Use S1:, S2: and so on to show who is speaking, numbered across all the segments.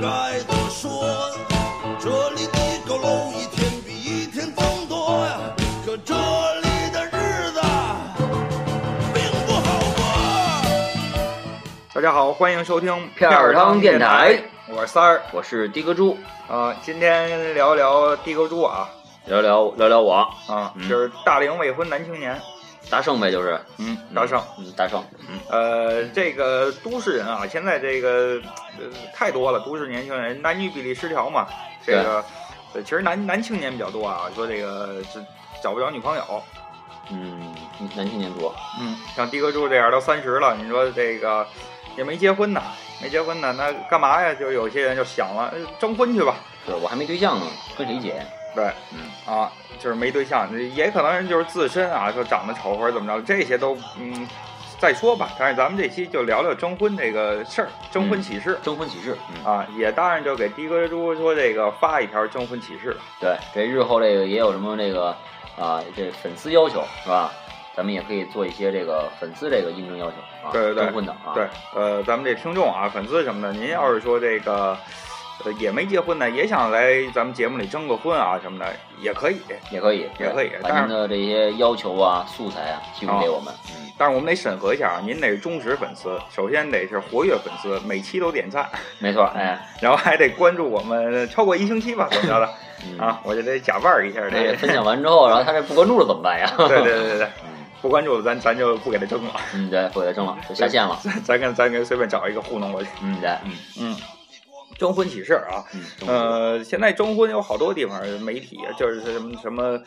S1: 该的说，这里的佝偻一天比一天增多呀，可这里的日子并不好过。
S2: 大家好，欢迎收听
S3: 片儿汤电台，
S2: 我是三儿
S3: 我是的哥猪，
S2: 啊、今天聊聊地沟猪啊
S3: 聊聊聊聊我
S2: 啊，
S3: 嗯
S2: 就是大龄未婚男青年，
S3: 大圣呗，就是
S2: 嗯，大圣，
S3: 嗯大圣，嗯，
S2: 呃，这个都市人啊，现在这个呃太多了，都市年轻人男女比例失调嘛，这个呃其实男男青年比较多啊，说这个是找不着女朋友，
S3: 嗯，男青年多，
S2: 嗯，像的哥猪这样都三十了，你说这个也没结婚呢，没结婚呢，那干嘛呀？就有些人就想了，呃征婚去吧。
S3: 对我还没对象呢，跟谁结？
S2: 对，
S3: 嗯
S2: 啊，就是没对象，也可能就是自身啊，说长得丑或者怎么着，这些都嗯再说吧。但是咱们这期就聊聊征婚这个事儿，征婚启事、
S3: 征婚启事，嗯，
S2: 啊，也当然就给的哥猪说这个发一条征婚启事了。
S3: 对，这日后这个也有什么这个啊，这粉丝要求是吧？咱们也可以做一些这个粉丝这个应征要求啊，
S2: 对对对
S3: 征婚的啊，
S2: 对，呃，咱们这听众啊、粉丝什么的，您要是说这个。呃，也没结婚的，也想来咱们节目里征个婚啊什么的，也可以。
S3: 也可以，
S2: 也可以
S3: 把
S2: 但
S3: 您的这些要求啊、素材啊提供给我们，嗯，
S2: 但是我们得审核一下啊，您得是忠实粉丝，首先得是活跃粉丝，每期都点赞，
S3: 没错，哎，
S2: 然后还得关注我们超过一星期吧，怎么着的？
S3: 嗯，
S2: 啊，我就得假腕儿一下
S3: 哎
S2: 这。
S3: 分享完之后，然后他这不关注了怎么办呀？
S2: 对对对对对，
S3: 嗯
S2: 不关注咱咱就不给他争了，
S3: 嗯，对，回来挣了，就下线了，
S2: 咱咱跟咱跟随便找一个糊弄过去。
S3: 嗯，对，嗯
S2: 嗯，征婚启事啊，
S3: 嗯，征婚
S2: 呃，现在征婚有好多地方媒体，啊就是什么什么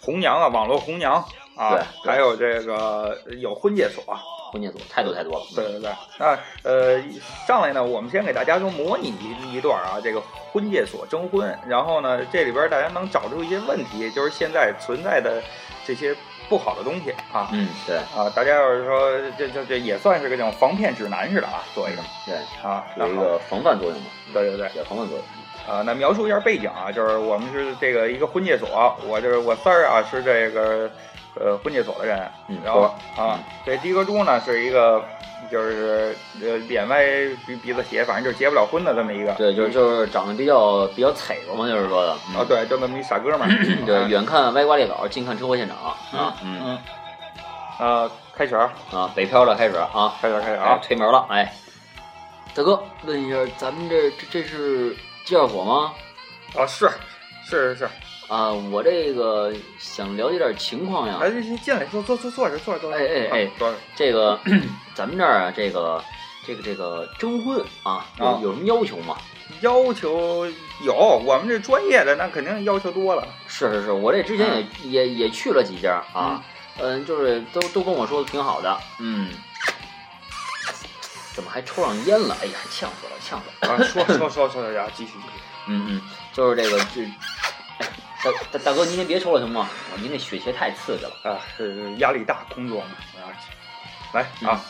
S2: 红娘啊，网络红娘啊
S3: 对，对
S2: 还有这个有婚介所，啊
S3: 婚介所太多太多了，
S2: 对对对。那呃，上来呢，我们先给大家说模拟一一段啊，这个婚介所征婚，然后呢，这里边大家能找出一些问题，就是现在存在的这些不好的东西啊。
S3: 嗯，对
S2: 啊，大家要是说这这这也算是个这种防骗指南似的啊，做一个
S3: 对，
S2: 啊，那
S3: 有嗯一
S2: 好，
S3: 个防范作用嘛，
S2: 对对对，
S3: 有防范作用，
S2: 啊，那描述一下背景啊，就是我们是这个一个婚介所，我就是我三儿啊是这个呃婚介所的人，
S3: 嗯
S2: 然后
S3: 是
S2: 啊
S3: 嗯，
S2: 这的哥猪呢是一个就是呃脸歪鼻鼻子斜，反正就是结不了婚的这么一个，
S3: 对，就是就是长得比较比较惨吧嘛，就是说的，嗯
S2: 啊，对，就那么一傻哥们儿，
S3: 对，
S2: 啊
S3: 远看歪瓜裂枣，近看车祸现场啊，嗯
S2: 嗯，呃，开始啊
S3: 啊，北漂了开始啊，
S2: 开始开始
S3: 哎，
S2: 啊，
S3: 推门了，哎，大哥，问一下，咱们这这这是介绍所吗？
S2: 啊是是是是，
S3: 啊，我这个想了解点情况呀，
S2: 哎，进进来坐坐坐坐着坐着坐着，
S3: 哎哎哎
S2: 啊坐着。
S3: 这个 咱们这儿啊，这个这个这个征婚啊，
S2: 啊
S3: 有有什么要求吗？
S2: 要求有，我们这专业的那肯定要求多了。
S3: 是是是，我这之前也、也也去了几家啊，嗯，就是都都跟我说的挺好的，嗯。怎么还抽上烟了？哎呀，呛死了，呛死了。
S2: 啊，说说说说呀，继续继续。
S3: 嗯嗯，就是这个，这，哎，大大大哥，您先别抽了行吗？哇，您那血茄太刺激了。
S2: 啊，是压力大，工作嘛。啊，来啊，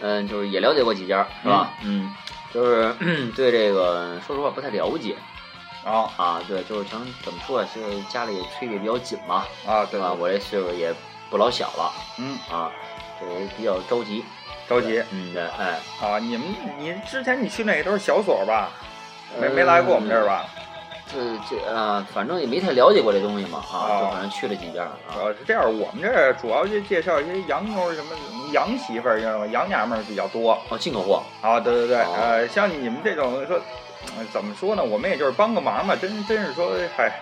S3: 嗯，就是也了解过几家，是吧？嗯，就是 咳对这个说实话不太了解
S2: 啊
S3: 啊。对，就是想怎么说啊，就是家里催的比较紧嘛，
S2: 啊，对
S3: 对吧？
S2: 吧？
S3: 我这岁数也不老小了
S2: 嗯，
S3: 啊，就是比较着急。
S2: 着急
S3: 嗯，对，哎。
S2: 啊，你们你之前你去那个都是小所吧？没
S3: 呃
S2: 没来过我们这儿吧？
S3: 这这啊，反正也没太了解过这东西嘛啊，
S2: 啊
S3: 就反正去了几家啊。
S2: 啊，是这样，我们这儿主要就介绍一些洋妞儿什么洋媳妇儿，知道吗？洋娘们儿比较多。
S3: 哦，进口货，
S2: 啊，对对对，
S3: 哦
S2: 呃，像你们这种说，呃怎么说呢？我们也就是帮个忙嘛，真真是说，嗨，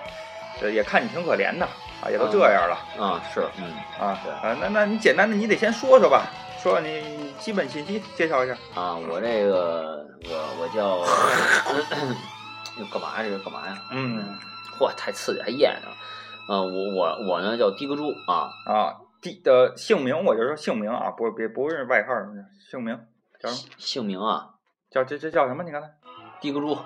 S2: 这也看你挺可怜的啊，也都这样了、
S3: 啊是，嗯
S2: 啊
S3: 对
S2: 啊，那那你简单的你得先说说吧，说说你你基本信息介绍一下
S3: 啊，我这个我我 叫， 又干嘛呀？这是干嘛呀？
S2: 嗯，
S3: 嚯，太刺激，还咽上。呃，我我我呢叫的哥猪啊，
S2: 啊。第的姓名，我就说姓名啊，不别不是外号什么的，姓名叫什么？
S3: 姓名啊，
S2: 叫这这叫什么？你刚才
S3: 的哥猪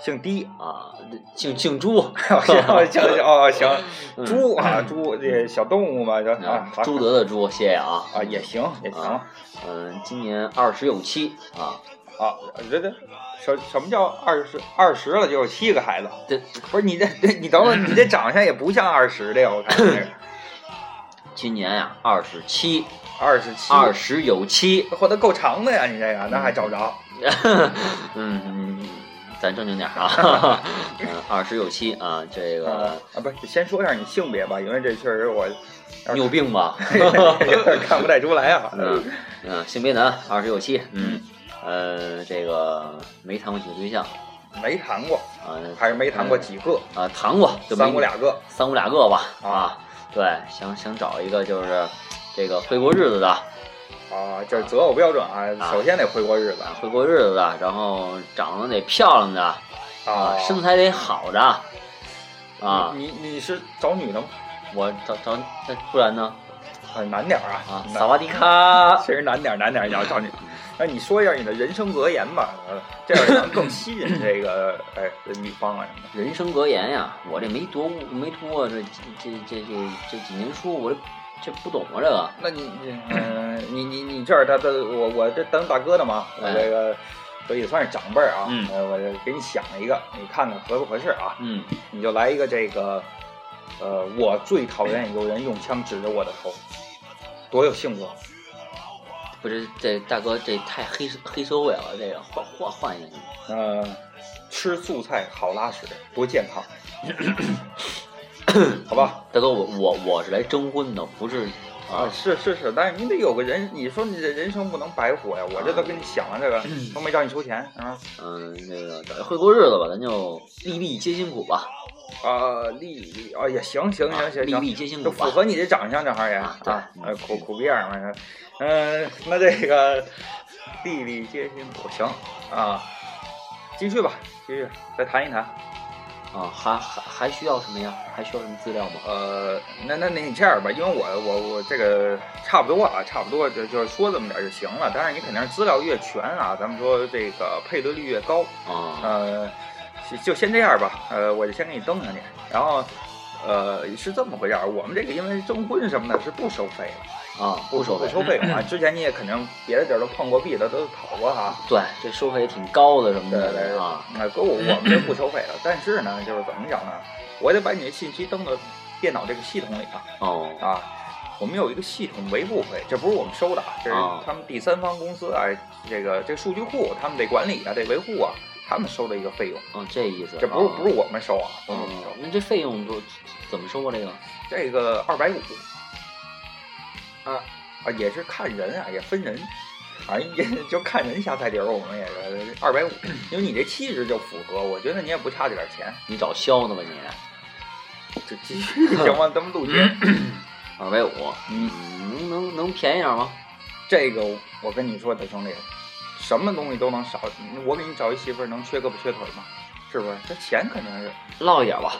S2: 姓 低，
S3: 啊，姓姓猪，
S2: 哎我行行行哦行，
S3: 嗯
S2: 猪啊猪这小动物嘛， 叫啊
S3: 啊，朱德的猪，谢谢啊
S2: 啊也行也行。
S3: 啊嗯，今年二十有七啊，
S2: 啊，这这什什么叫二十二十了就有七个孩子？
S3: 这
S2: 不是你这这你等会儿，你这长相也不像二十的呀！我看这个
S3: 今年呀二十七，
S2: 二十七，
S3: 二十有七，
S2: 活得够长的呀！你这个那还找不着
S3: 嗯，嗯咱正经点儿啊， 嗯，二十有七啊，这
S2: 啊
S3: 个
S2: 啊，不是，先说一下你性别吧，因为这确实 我
S3: 你有 病吧？
S2: 有点看不太出来啊。
S3: 嗯嗯，性别男，二十有七，嗯，呃，这个没谈过几个对象
S2: 没谈过，
S3: 啊，
S2: 还是没谈过几个，
S3: 啊，谈过就没
S2: 三过俩个。
S3: 三五俩个吧
S2: 啊
S3: 啊，对，想想找一个就是这个会过日子的啊，
S2: 啊，就是择偶标准啊，
S3: 啊
S2: 首先得会过日子
S3: 会过日子的，然后长得得漂亮的
S2: 哦
S3: 啊，身材得好的啊，
S2: 你你你是找女的吗？
S3: 我找找那不然呢
S2: 很难点儿啊
S3: 啊，，
S2: 难
S3: 萨瓦迪 卡，
S2: 确实难点儿，难点儿要找女。那你 说一下你的人生格言吧，呃这样能更吸引这个哎女方啊什么的。
S3: 人生格言呀，我这没读没读过这这这这这几年书，我这这不懂啊这个。
S2: 那你你嗯，你你你这儿他他我我这咱大哥的嘛，我这个我也算是长辈儿啊，
S3: 嗯
S2: 呃我这给你想一个，你看看合不合适啊？
S3: 嗯，
S2: 你就来一个这个，呃，我最讨厌有人用枪指着我的头，多有性格。
S3: 不是这大哥这太黑社黑社会了，这个换换换一个。
S2: 呃，吃素菜好拉屎，多健康， 好吧？
S3: 大哥，我我我是来征婚的，不是
S2: 啊，
S3: 啊。
S2: 是是是，但是你得有个人，你说你这人生不能白活呀！我这都跟你想了这个，都没找你收钱啊
S3: 嗯，那个找一会过日子吧，咱就粒粒皆辛苦吧，
S2: 啊！利利啊，也行行
S3: 啊
S2: 行行
S3: 粒
S2: 行，
S3: 粒皆辛
S2: 就
S3: 苦
S2: 符
S3: 吧。
S2: 合你这长相，正好也
S3: 啊对
S2: 啊，呃苦苦逼样儿，反正，嗯，那这个粒粒皆辛苦，行啊，继续吧，继续再谈一谈。
S3: 啊，还还还需要什么呀？还需要什么资料吗？
S2: 呃，那那那你这样吧，因为我我我这个差不多啊，差不多就就是说这么点儿就行了。但是你肯定是资料越全啊，咱们说这个配对率越高。
S3: 啊，
S2: 呃，就就先这样吧。呃，我就先给你登上去，然后。呃，是这么回事儿。我们这个因为征婚什么的，是不收费的，
S3: 啊，不收
S2: 不
S3: 费。
S2: 收费用啊。之前你也肯定别的地儿都碰过壁的，都跑过哈、
S3: 对，这收费也挺高的什么
S2: 对对
S3: 的
S2: 对
S3: 啊。
S2: 那哥，我我们这不收费的，但是呢，就是怎么讲呢？我得把你的信息登到电脑这个系统里啊。
S3: 哦，
S2: 啊，我们有一个系统维护费，这不是我们收的啊，这是
S3: 啊
S2: 他们第三方公司啊，这个这数据库他们得管理啊，得维护啊，他们收的一个费用，
S3: 哦，这意思。
S2: 这不是
S3: 啊
S2: 不是我们收啊，不是我们收
S3: 哦，，那这费用多怎么收啊？这个
S2: 这个二百五，啊啊也是看人啊，也分人。反正也 就看人下菜碟儿，我们也是二百五，因为你这气质就符合，我觉得你也不差这点钱，
S3: 你找肖呢吧你？
S2: 就继续行吗？咱们录节目，
S3: 二百五，
S2: 嗯，
S3: 能能能便宜点吗？
S2: 这个我跟你说，大兄弟，什么东西都能少。我给你找一媳妇儿，能缺胳膊缺腿吗？是不是？这钱肯定是
S3: 唠一点吧。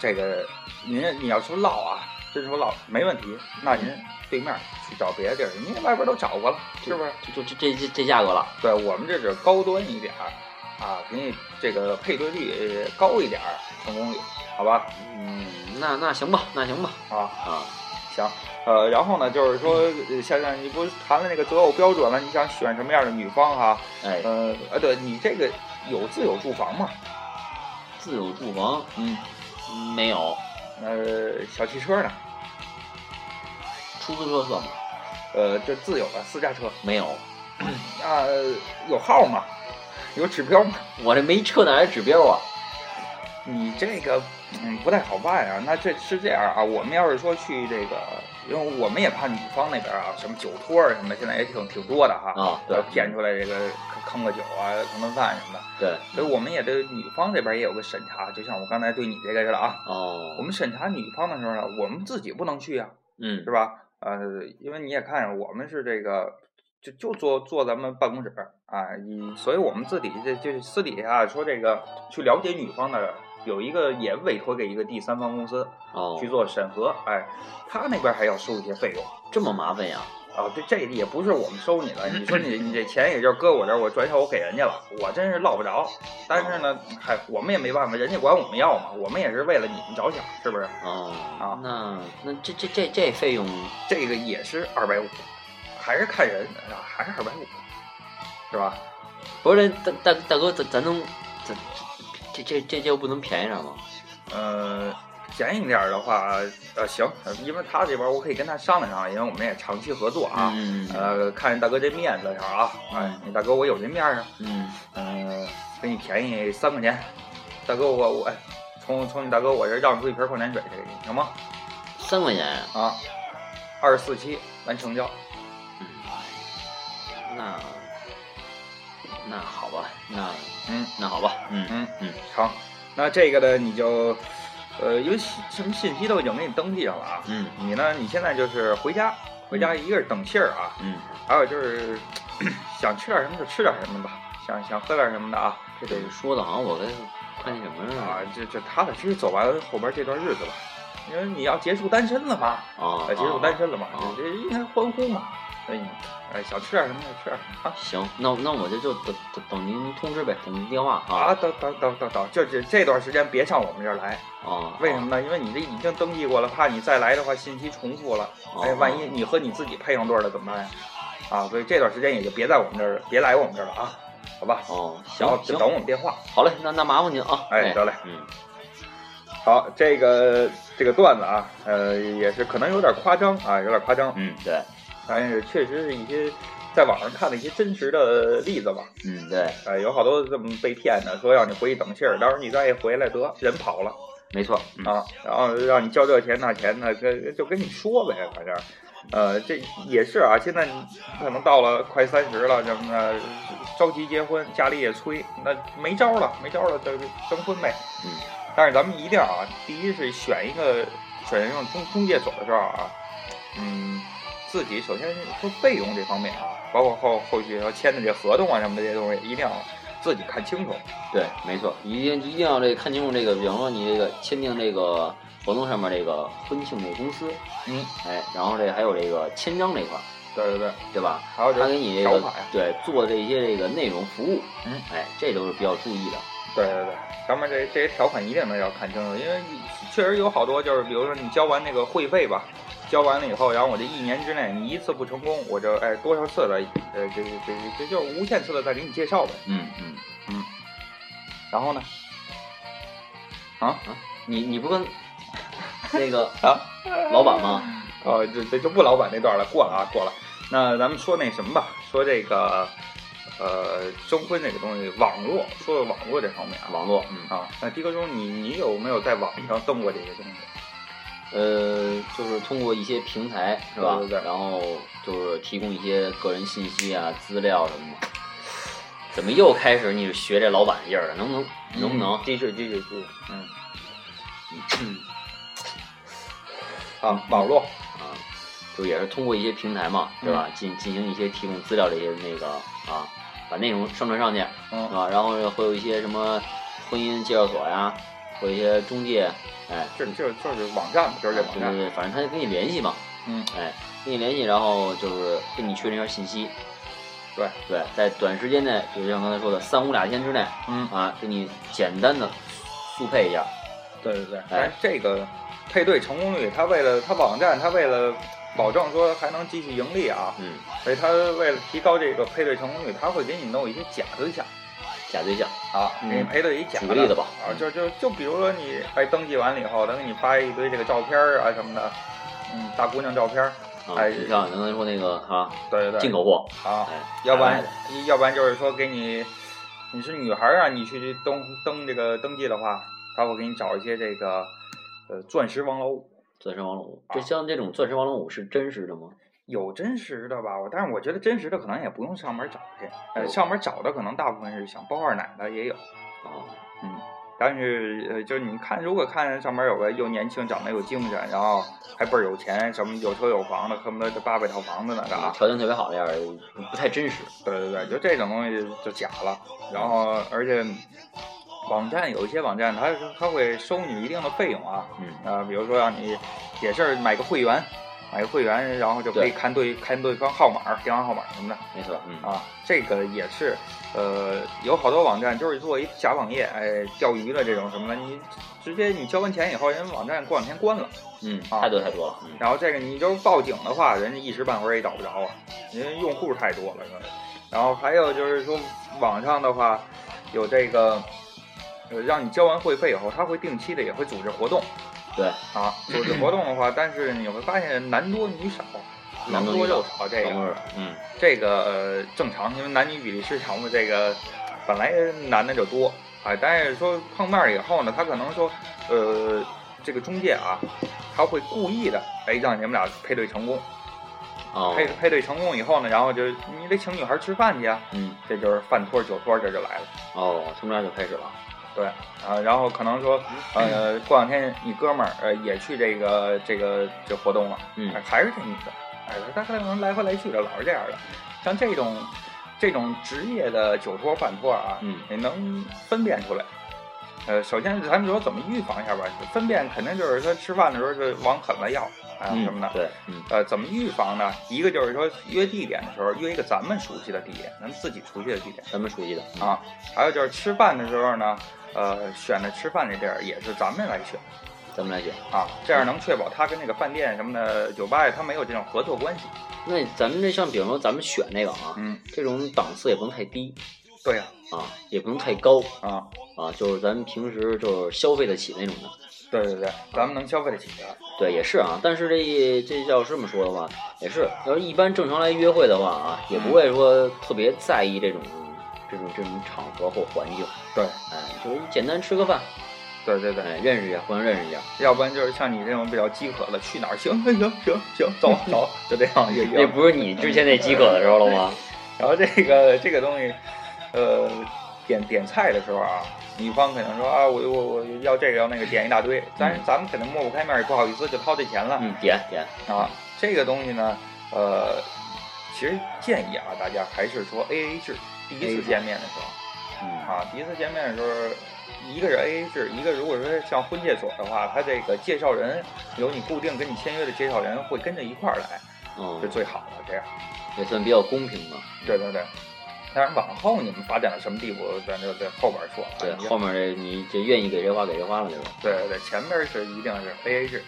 S2: 这个。您你要说唠啊，真说唠没问题，那您对面去找别的地儿，您外边都找过了，是不是？
S3: 就就这这这价格了，
S2: 对我们这是高端一点儿啊，给你这个配对率高一点儿，成功率，好吧？
S3: 嗯，那那行吧，那行吧，
S2: 啊，
S3: 啊，
S2: 行，呃，然后呢，就是说，呃夏夏，你不是谈了那个择偶标准了？你想选什么样的女方哈、
S3: 哎，
S2: 呃，啊，对你这个有自有住房吗？
S3: 自有住房
S2: 嗯，
S3: 没有，
S2: 呃，小汽车呢？
S3: 出租车算吗？
S2: 呃，这自有的私家车，
S3: 没有，
S2: 那、有号吗？有指标吗？
S3: 我这没车哪来指标啊？
S2: 你这个嗯不太好办啊。那这是这样啊，我们要是说去这个，因为我们也怕女方那边啊，什么酒托儿什么的，现在也挺挺多的哈。
S3: 啊，对
S2: 要，骗出来这个坑个酒啊，坑顿饭什么的，
S3: 对，
S2: 所以我们也对女方这边也有个审查，就像我刚才对你这个似的啊。我
S3: 哦，
S2: 们审查女方的时候呢，我们自己不能去啊，
S3: 嗯
S2: 是，吧？呃，因为你也看，我们是这个，就就坐坐咱们办公室啊，以所以我们自己这就是私底下说这个去了解女方的，有一个也委托给一个第三方公司
S3: 哦
S2: 去，做审核，哎，他那边还要收一些费用
S3: 这么麻烦呀？
S2: 啊，这这也不是我们收你的，你说你你这钱也就是搁我这儿，我转手我给人家了，我真是落不着。但是呢，嗨，我们也没办法，人家管我们要嘛，我们也是为了你们着想，是不是？
S3: 哦
S2: 啊，
S3: 那那这这这这费用
S2: 这个也是二百五，还是看人啊，还是二百五，是吧？
S3: 不是大大大哥，咱咱能咱这这这这又不能便宜点吗？
S2: 呃，便宜点儿的话，呃，行，呃因为他这边我可以跟他商量商量，因为我们也长期合作啊。
S3: 嗯
S2: 呃，看大哥这面子上啊，哎，你大哥我有这面儿啊，
S3: 嗯
S2: 嗯、给你便宜三块钱，大哥我我哎从从你大哥我这让出一瓶矿泉水去给你，行吗？
S3: 三块钱啊，
S2: 啊，二十四期完成交，
S3: 嗯那那好吧，那
S2: 嗯
S3: 那好吧，嗯
S2: 嗯
S3: 嗯，
S2: 成。那这个呢你就，呃，有信什么信息都已经给你登记上了啊。
S3: 嗯
S2: 你呢，你现在就是回家，回家一个是等信儿啊，
S3: 嗯
S2: 还有就是 想吃点什么就吃点什么吧，想想喝点什么的啊，这得
S3: 这说的好像我跟快那什么似
S2: 啊
S3: 的，
S2: 就就踏踏实实走完后边这段日子吧，因为你要结束单身了嘛，
S3: 啊
S2: 啊，结束单身了嘛，
S3: 啊
S2: 这这应该欢呼嘛，所以你哎想吃点什么就吃点什么啊。
S3: 行，那那我就就等等等您通知呗，等您电话
S2: 啊，
S3: 啊
S2: 等等等等等，就这这段时间别上我们这儿来，
S3: 啊！
S2: 为什么呢？因为你这已经登记过了，怕你再来的话信息重复了，
S3: 哦
S2: 哎，万一你和你自己配上对儿了怎么办呀？啊，所以这段时间也就别在我们这儿，别来我们这儿了啊，好吧？
S3: 哦，行
S2: 然后就
S3: 行
S2: 等，我们电话。
S3: 好嘞，那那麻烦您啊，
S2: 哎得嘞
S3: 嗯
S2: 好，这个这个段子啊，呃，也是可能有点夸张啊，有点夸张，
S3: 嗯，对，
S2: 但是确实是一些在网上看的一些真实的例子吧。
S3: 嗯对，
S2: 哎，有好多这么被骗的，说让你回去等信儿，到时候你再一回来得人跑了
S3: 没错，嗯
S2: 啊，然后让你交这钱那钱的，跟就跟你说呗，反正，呃，这也是啊，现在你可能到了快三十了什么的，着急结婚，家里也催，那没招了，没招了，就征婚呗。
S3: 嗯
S2: 但是咱们一定要啊，第一是选一个选这种中中介所的时候啊，嗯，自己首先说费用这方面啊，包括后后续要签的这合同啊什么的这些东西，一定要自己看清楚。
S3: 对，没错，一定一定要这看清楚这个，比方说你这个签订这个合同上面这个婚庆这个公司，
S2: 嗯，
S3: 哎，然后这还有这个签章这块儿，
S2: 对对对，
S3: 对吧？
S2: 还有就
S3: 他
S2: 是
S3: 给你这
S2: 条
S3: 个
S2: 款呀啊
S3: 对做这些这个内容服务，
S2: 嗯，
S3: 哎，这都是比较注意的。
S2: 对对对，咱们这这些条款一定能要看清楚，因为确实有好多就是，比如说你交完那个会费吧，交完了以后，然后我这一年之内你一次不成功，我就哎多少次的，呃，这这这这就是无限次的再给你介绍呗。
S3: 嗯嗯，
S2: 然后呢，
S3: 你你不跟 那个
S2: 啊，
S3: 老板 吗？
S2: 哦，这这就不老板那段了，过了啊，过了。那咱们说那什么吧，说这个呃征婚这个东西，网络，说说网络这方面啊。
S3: 网络，嗯，
S2: 啊，那迪哥兄，你你有没有在网上登过这些东西？
S3: 呃，就是通过一些平台是吧？
S2: 对对对
S3: 然后就是提供一些个人信息啊、资料什么的。怎么又开始你学这老板的劲儿了？能不能能不能？
S2: 继续继续继续，嗯。啊，网络，
S3: 啊，就也是通过一些平台嘛，对
S2: 嗯
S3: 吧？进进行一些提供资料这些那个啊，把内容上传上去
S2: 嗯，
S3: 啊，然后会有一些什么婚姻介绍所呀，或一些中介，哎，
S2: 这这就是网站，就是这
S3: 对
S2: 网
S3: 对
S2: 站，
S3: 对，反正他就跟你联系嘛，
S2: 嗯，
S3: 哎，跟你联系，然后就是跟你确认一下信息，
S2: 对
S3: 对，在短时间内，就像刚才说的三五两天之内
S2: 嗯，
S3: 啊，给你简单的速配一下，
S2: 对对对。但
S3: 哎
S2: 是哎这个配对成功率，他为了他网站，他为了保证说还能继续盈利啊，
S3: 嗯，
S2: 所以他为了提高这个配对成功率，他会给你弄一些假对象
S3: 假对象，
S2: 啊，
S3: 嗯
S2: 给你配对一假
S3: 举
S2: 的。
S3: 个例子吧，
S2: 啊，就就就比如说你哎登记完了以后，他给你发一堆这个照片儿啊什么的，嗯，大姑娘照片儿，
S3: 嗯啊，
S2: 哎
S3: 就像刚才说那个啊，
S2: 对对对，
S3: 进口货，
S2: 啊，
S3: 哎，
S2: 要不
S3: 海外
S2: 然
S3: 的
S2: 要不然就是说给你，你是女孩儿啊，你去登登这个登记的话，他会给你找一些这个呃钻石王老五，
S3: 钻石王龙五，这像这种钻石王龙五是真实的吗？
S2: 有真实的吧？我但是我觉得真实的可能也不用上门找去，
S3: 有
S2: 呃，上门找的可能大部分是想包二奶的也有，
S3: 哦，
S2: 但是呃，就是你看，如果看上面有个又年轻、长得有精神，然后还倍儿有钱，什么有车有房的，恨不得这八百套房子呢，干啥？
S3: 条件特别好的样儿，不不太真实。
S2: 对对对，就这种东西就假了。然后，而且网站有一些网站，它它会收你一定的费用啊，
S3: 嗯，
S2: 呃，比如说让你也是买个会员，买个会员，然后就可以
S3: 对
S2: 看对看对方号码、电话号码什么的
S3: 没错，嗯，
S2: 啊。这个也是，呃，有好多网站就是做一假网页，哎，钓鱼的这种什么的，你直接你交完钱以后，人网站过两天关了。
S3: 嗯，
S2: 啊
S3: 太多太多了，嗯，
S2: 然后这个你就是报警的话，人家一时半会儿也找不着啊，因为用户太多了。然后还有就是说，网上的话有这个，呃，让你交完会费以后，他会定期的也会组织活动
S3: 对，
S2: 啊。组织活动的话，但是你会发现男多女少，男
S3: 男多
S2: 多
S3: 女少
S2: 又少，这
S3: 等会
S2: 个
S3: 儿，嗯，
S2: 这个呃正常，因为男女比例市场嘛，这个本来男的就多，哎，但是说碰面儿以后呢，他可能说，呃，这个中介啊，他会故意的，哎，让你们俩配对成功，
S3: 哦，
S2: 配配对成功以后呢，然后就你得请女孩吃饭去啊，
S3: 嗯，
S2: 这就是饭托儿酒托儿这就来了。
S3: 哦，从这儿就开始了，
S2: 对啊，然后可能说，呃，过两天你哥们儿呃也去这个这个这活动了，
S3: 嗯
S2: 哎还是这女的，哎，他可能来回来去的，老是这样的。像这种这种职业的酒托饭托啊，
S3: 嗯
S2: 你能分辨出来。呃，首先咱们说怎么预防一下吧，分辨肯定就是说吃饭的时候是往狠了要啊、
S3: 嗯
S2: 什么的。
S3: 对，嗯
S2: 呃，怎么预防呢？一个就是说约地点的时候约一个咱们熟悉的地点，咱们自己熟悉的地点。
S3: 咱们熟悉的，
S2: 啊，还有就是吃饭的时候呢，呃，选的吃饭这地儿也是咱们来选
S3: 嗯咱们来选。
S2: 啊，这样能确保他跟那个饭店什么的酒吧呀，他没有这种合作关系。
S3: 那咱们这像比如说咱们选那个啊，
S2: 嗯，
S3: 这种档次也不能太低
S2: 对呀、
S3: 啊，也不能太高
S2: 啊，
S3: 啊，就是咱们平时就是消费得起那种的。
S2: 对对对，咱们能消费得起的。
S3: 对，也是啊，但是这这要这么说的话，也是，要是一般正常来约会的话啊，也不
S2: 嗯
S3: 会说特别在意这种这种这种场合或环境，
S2: 对
S3: 哎，就是简单吃个饭，
S2: 对对对，
S3: 哎，认识一下，互相认识一下，
S2: 要不然就是像你这种比较饥渴的，去哪儿行行行行，走走，就这样也
S3: 那
S2: 也。
S3: 不是你之前那饥渴的时候了吗？
S2: 然后这个这个东西，呃，点点菜的时候啊，女方可能说啊，我我我要这个要那个，点一大堆，但是咱们可能抹不开面，也不好意思就掏这钱了。
S3: 嗯，点点，
S2: 啊，这个东西呢，呃，其实建议啊，大家还是说 A A 制。第一
S3: AA
S2: 次
S3: 制
S2: 见面的时候
S3: 嗯，
S2: 啊，第一次见面的时候，一个是 A A 制，一个如果说像婚介所的话，他这个介绍人有你固定跟你签约的介绍人会跟着一块儿来，是
S3: 哦，
S2: 最好的这样。
S3: 也算比较公平吧。
S2: 对对对。当然，往后你们发展到什么地步，咱就在后边儿说啊。
S3: 对，
S2: 你
S3: 后面这你这愿意给谁花给谁花了那种。
S2: 对对对，前面是一定是 AA 制。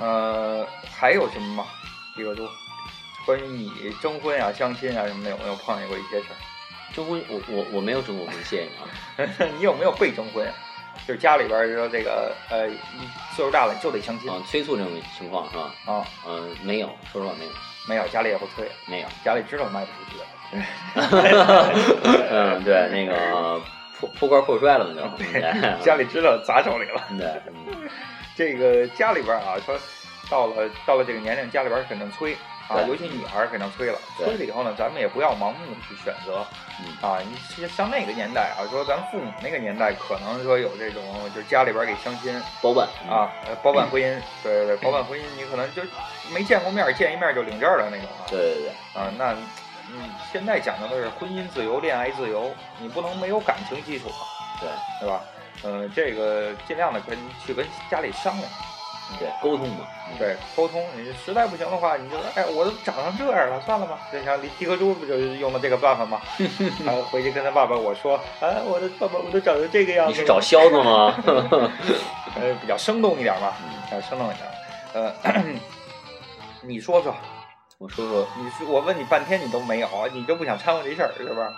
S2: 呃，还有什么吗？比如说，关于你征婚啊、相亲啊什么的，有没有碰见过一些事
S3: 征婚，我我我没有征过婚，谢谢你啊。
S2: 儿？ 你有没有被征婚？啊就是家里边儿说这个呃，你岁数大了你就得相亲
S3: 啊，催促这种情况是吧？
S2: 啊？
S3: 嗯、没有，说实话没有，
S2: 没有，家里也不催，
S3: 没有。
S2: 家里知道卖不出去了。
S3: 嗯，对，那个 破破罐破摔了嘛就。 对
S2: 家里知道砸手里了。
S3: 对，嗯
S2: 这个家里边儿啊，说到了到了这个年龄，家里边儿肯定催啊，
S3: 对
S2: 尤其女孩儿肯定催了。
S3: 对
S2: 催了以后呢，咱们也不要盲目去选择。
S3: 嗯
S2: 啊，你是像那个年代啊，说咱父母那个年代，可能说有这种，就是家里边儿给相亲
S3: 包办，嗯
S2: 啊，呃包办婚姻，对对对，包办婚姻，你可能就没见过面儿，见一面儿就领证儿的那种啊
S3: 嗯。对对对，
S2: 啊，那嗯，现在讲究的是婚姻自由、恋爱自由，你不能没有感情基础，
S3: 对
S2: 对吧？嗯，这个尽量的跟去跟家里商量，
S3: 对，沟通嘛。嗯，
S2: 对，沟通。你实在不行的话，你就哎，我都长成这样了，算了吧。这像李提克猪不就是用了这个办法 吗？然后回去跟他爸爸我说，哎，我的爸爸，我都长成这个样子了。
S3: 嗯你是找肖子吗？
S2: 呃比较生动一点嘛，
S3: 嗯
S2: 比较生动一点。呃， 你说说，
S3: 我说说，
S2: 你说我问你半天你都没有，啊你就不想掺和这事儿是吧？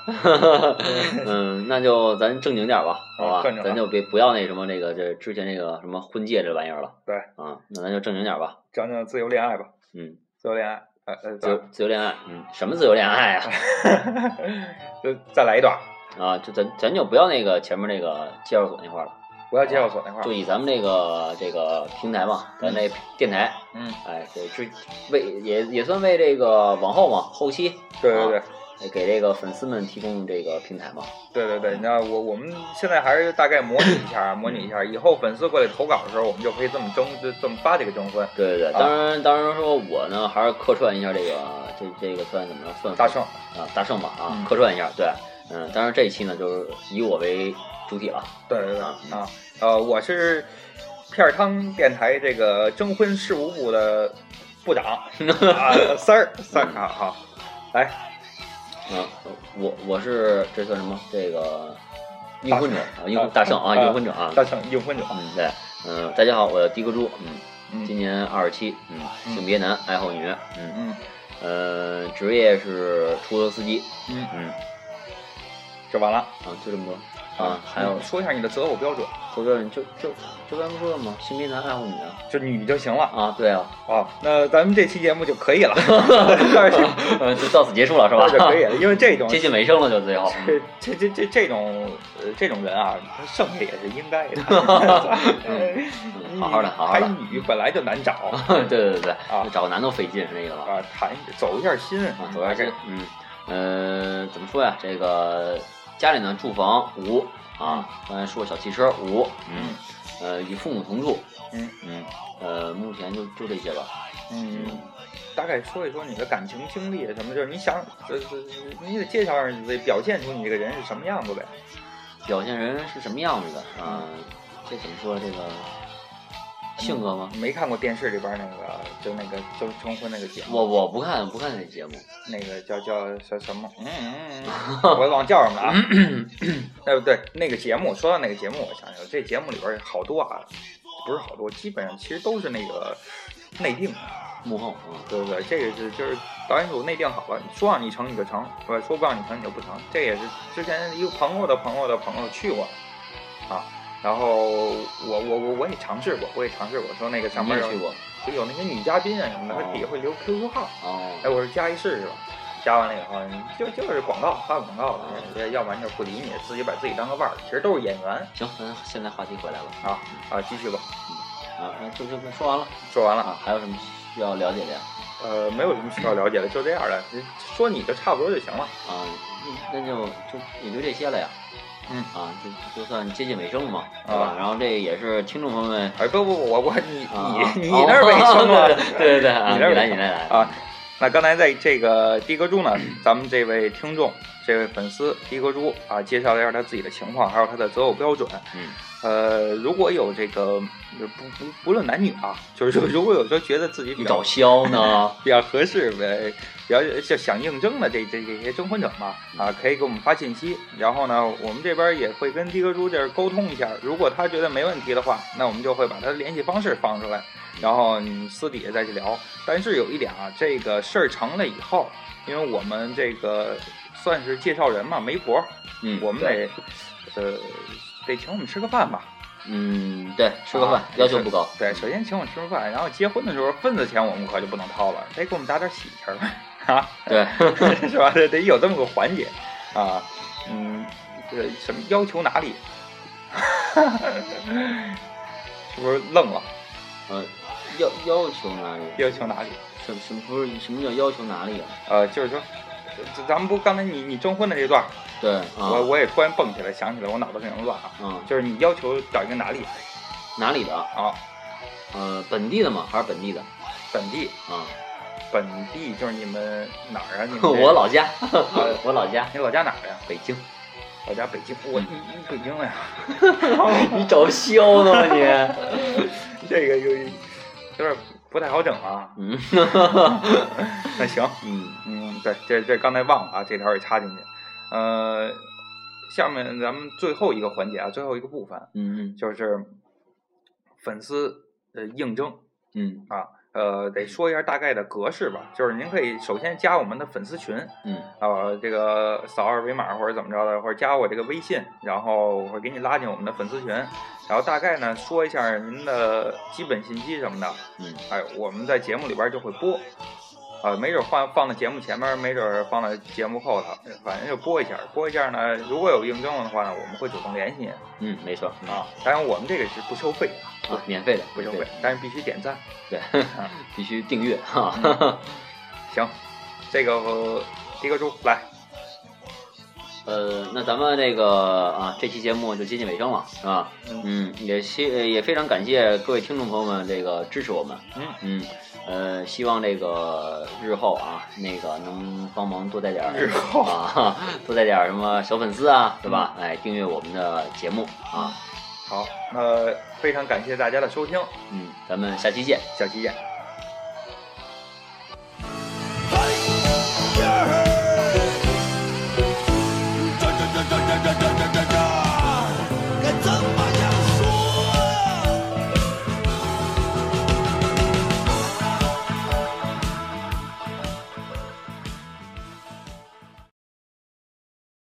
S3: 嗯，那就咱啊正经点儿吧，好吧
S2: 嗯正经，吧
S3: 咱就别不要那什么这个这之前那个什么婚戒这玩意儿了。
S2: 对
S3: 啊，那咱就正经点儿吧。
S2: 讲讲自由恋爱吧，
S3: 嗯，
S2: 自由恋爱。呃呃，
S3: 自由自由恋爱，嗯，什么自由恋爱啊？
S2: 就再来一段，
S3: 啊，就咱咱就不要那个前面那个介绍所那块儿了，
S2: 不要介绍所那块
S3: 就
S2: 儿。
S3: 以咱们这个这个平台嘛，咱这电台，
S2: 嗯，
S3: 哎，给这为也也算为这个往后嘛，后期
S2: 对对对
S3: 啊给这个粉丝们提供这个平台嘛。
S2: 对对对，那我我们现在还是大概模拟一下，啊，模拟一下，以后粉丝过来投稿的时候，我们就可以这么征，就这么发这个征婚。
S3: 对对对，
S2: 啊
S3: 当然当然说我呢还是客串一下这个这这个算怎么着算
S2: 大圣，
S3: 啊大圣吧啊
S2: 嗯
S3: 客串一下，对，嗯，当然这一期呢就是以我为主体了，
S2: 对对对啊，呃，我是片儿汤电台这个征婚事务部的部 长啊，三儿三儿啊，好，来，
S3: 嗯，我我是这算什么这个应婚者啊应婚大圣啊
S2: 啊
S3: 应婚者啊，
S2: 大圣应婚者，
S3: 嗯对，嗯大家好，我叫迪哥猪，嗯，今
S2: 嗯
S3: 年二十七，嗯，
S2: 嗯
S3: 性别男，爱好女，嗯。
S2: 嗯
S3: 呃，职业是出租车司机。
S2: 嗯，
S3: 嗯，
S2: 就完了，嗯
S3: 啊，就这么多。啊，还有
S2: 说一下你的择偶标准，
S3: 投标人就就就刚刚说了嘛，新兵男爱护你啊
S2: 就女就行了
S3: 啊，对 啊，
S2: 啊。那咱们这期节目就可以 了， 但是
S3: 嗯，就到此结束了是吧？
S2: 就可以了，因为这种
S3: 接近尾声了就最 后，
S2: 这 这这这这种呃这种人啊，他剩下也是应 该的。
S3: 嗯嗯好好的好好的
S2: 谈女本来就难 找啊，
S3: 对嗯对对对
S2: 啊，
S3: 找个男都费劲是那意思吧？
S2: 谈走一下心
S3: 啊，走下去，嗯，呃，怎么说呀？这个家里呢，住房无啊，刚才说小汽车无，嗯，呃，与父母同住，
S2: 嗯
S3: 嗯，呃，目前就就这些吧，
S2: 嗯，大概说一说你的感情经历什么，就是你想，呃，呃你得介绍一下你自己，表现出你这个人是什么样子呗。
S3: 表现人是什么样子的啊？这怎么说？这个性格吗？
S2: 没看过电视里边那个，就那个周征婚那个节目，
S3: 我我不看不看那节目，
S2: 那个叫叫什什么？嗯嗯 嗯，我忘叫什么 了啊？哎不对，那个节目，说到那个节目，我想想，这节目里边好多啊，不是好多，基本上其实都是那个内定的。
S3: 幕后啊，
S2: 对对对，这个是就是导演组内定好了，你说让你成你就成，我说不让你成你就不成。这也是之前一个朋友的朋友的朋友去过，啊，然后我我我我也尝试过，我也尝试过，说那个上
S3: 你
S2: 班
S3: 也
S2: 有
S3: 去过
S2: 就有那些女嘉宾啊什么的，
S3: 哦
S2: 她底下会留 QQ 号，哎，
S3: 哦，
S2: 我说加一试试吧。加完了以后，你就就是广告发广告的，要不然就是不理你，自己把自己当个腕儿，其实都是演员
S3: 行，咱现在话题回来了
S2: 啊啊！继续吧，
S3: 啊，那就就说完了
S2: 说完了
S3: 啊，还有什么需要了解的呀？
S2: 呃，没有什么需要了解的，就这样了，说你就差不多就行了。
S3: 啊，那就就也就这些了呀。
S2: 嗯
S3: 啊，就就算接近尾声了嘛，对
S2: 啊
S3: 吧？然后这也是听众朋友们，
S2: 哎，不不，我我你
S3: 啊
S2: 你你
S3: 啊
S2: 那儿被
S3: 啊
S2: 生了
S3: 对对对对，啊
S2: 你
S3: 你
S2: 那儿
S3: 来
S2: 被
S3: 你来来
S2: 啊！那刚才在这个的哥猪呢，咱们这位听众、这位粉丝的哥猪啊，介绍了一下他自己的情况，还有他的择偶标准。
S3: 嗯，
S2: 呃，如果有这个不不不论男女啊，就是说如果有说觉得自己比
S3: 你
S2: 较
S3: 找肖呢？
S2: 比较合适、呃比较就想应征的这这这些征婚者嘛，啊，可以给我们发信息。然后呢，我们这边也会跟的哥猪这儿沟通一下，如果他觉得没问题的话，那我们就会把他的联系方式放出来，然后你私底下再去聊。但是有一点啊，这个事儿成了以后，因为我们这个算是介绍人嘛，媒婆，
S3: 嗯，
S2: 我们
S3: 对，
S2: 得呃得请我们吃个饭吧。
S3: 嗯，对，吃个饭
S2: 啊
S3: 要求不高，
S2: 对，首先请我吃顿饭，然后结婚的时候份子钱我们可就不能掏了，得给我们打点喜气儿， 啊，
S3: 对，
S2: 是吧？得得有这么个环节啊，嗯，这什么要求哪里？ 是不是愣了？
S3: 呃，要要求哪里？
S2: 要求哪里？
S3: 什什么不是什么叫要求哪里啊？
S2: 呃，就是说，咱咱们不刚才你你征婚的这段，
S3: 对
S2: 我
S3: 啊，
S2: 我也突然蹦起来，想起来我脑子很乱啊，
S3: 嗯，
S2: 就是你要求找一个哪里
S3: 哪里的啊？
S2: 啊？
S3: 呃，本地的吗？还是本地的
S2: 本地，
S3: 啊？
S2: 本地就是你们哪儿啊？你们这
S3: 我老 家，我老家
S2: 你老家哪儿呀、
S3: 北京。
S2: 我家北京，我你你北京的呀？
S3: 你找肖呢吗你？
S2: 这个有有点不太好整啊。
S3: 嗯
S2: 那行，
S3: 嗯
S2: 嗯，对，这这刚才忘了啊，这条也插进去。呃，下面咱们最后一个环节啊，最后一个部分
S3: 嗯
S2: 就是粉丝呃应征
S3: 嗯
S2: 啊，呃，得说一下大概的格式吧。就是您可以首先加我们的粉丝群，
S3: 嗯
S2: 呃，这个扫二维码或者怎么着的，或者加我这个微信，然后我会给你拉进我们的粉丝群，然后大概呢说一下您的基本信息什么的，
S3: 嗯
S2: 哎，我们在节目里边就会播，啊、没准放放在节目前面，没准放在节目后头，反正就播一下，播一下呢，如果有应征的话呢，我们会主动联系你
S3: 嗯，没错
S2: 啊，当然我们这个是不收费的，
S3: 啊，免费的，
S2: 不收
S3: 免
S2: 费
S3: 费，
S2: 但是必须点赞。
S3: 的，对， 必须订阅啊哈。
S2: 行，这个、呃、迪哥猪来，
S3: 呃，那咱们这个啊，这期节目就接近尾声了，是吧？嗯，也希呃也非常感谢各位听众朋友们这个支持我们，
S2: 嗯
S3: 嗯，呃，希望这个日后啊，那个能帮忙多带点儿
S2: 日后嗯
S3: 啊， 多带点儿什么小粉丝啊，对吧？哎，订阅我们的节目啊，
S2: 好，那、呃、非常感谢大家的收听，
S3: 嗯，咱们下期见。
S2: 下期见。
S1: 哎呀，这这这这这这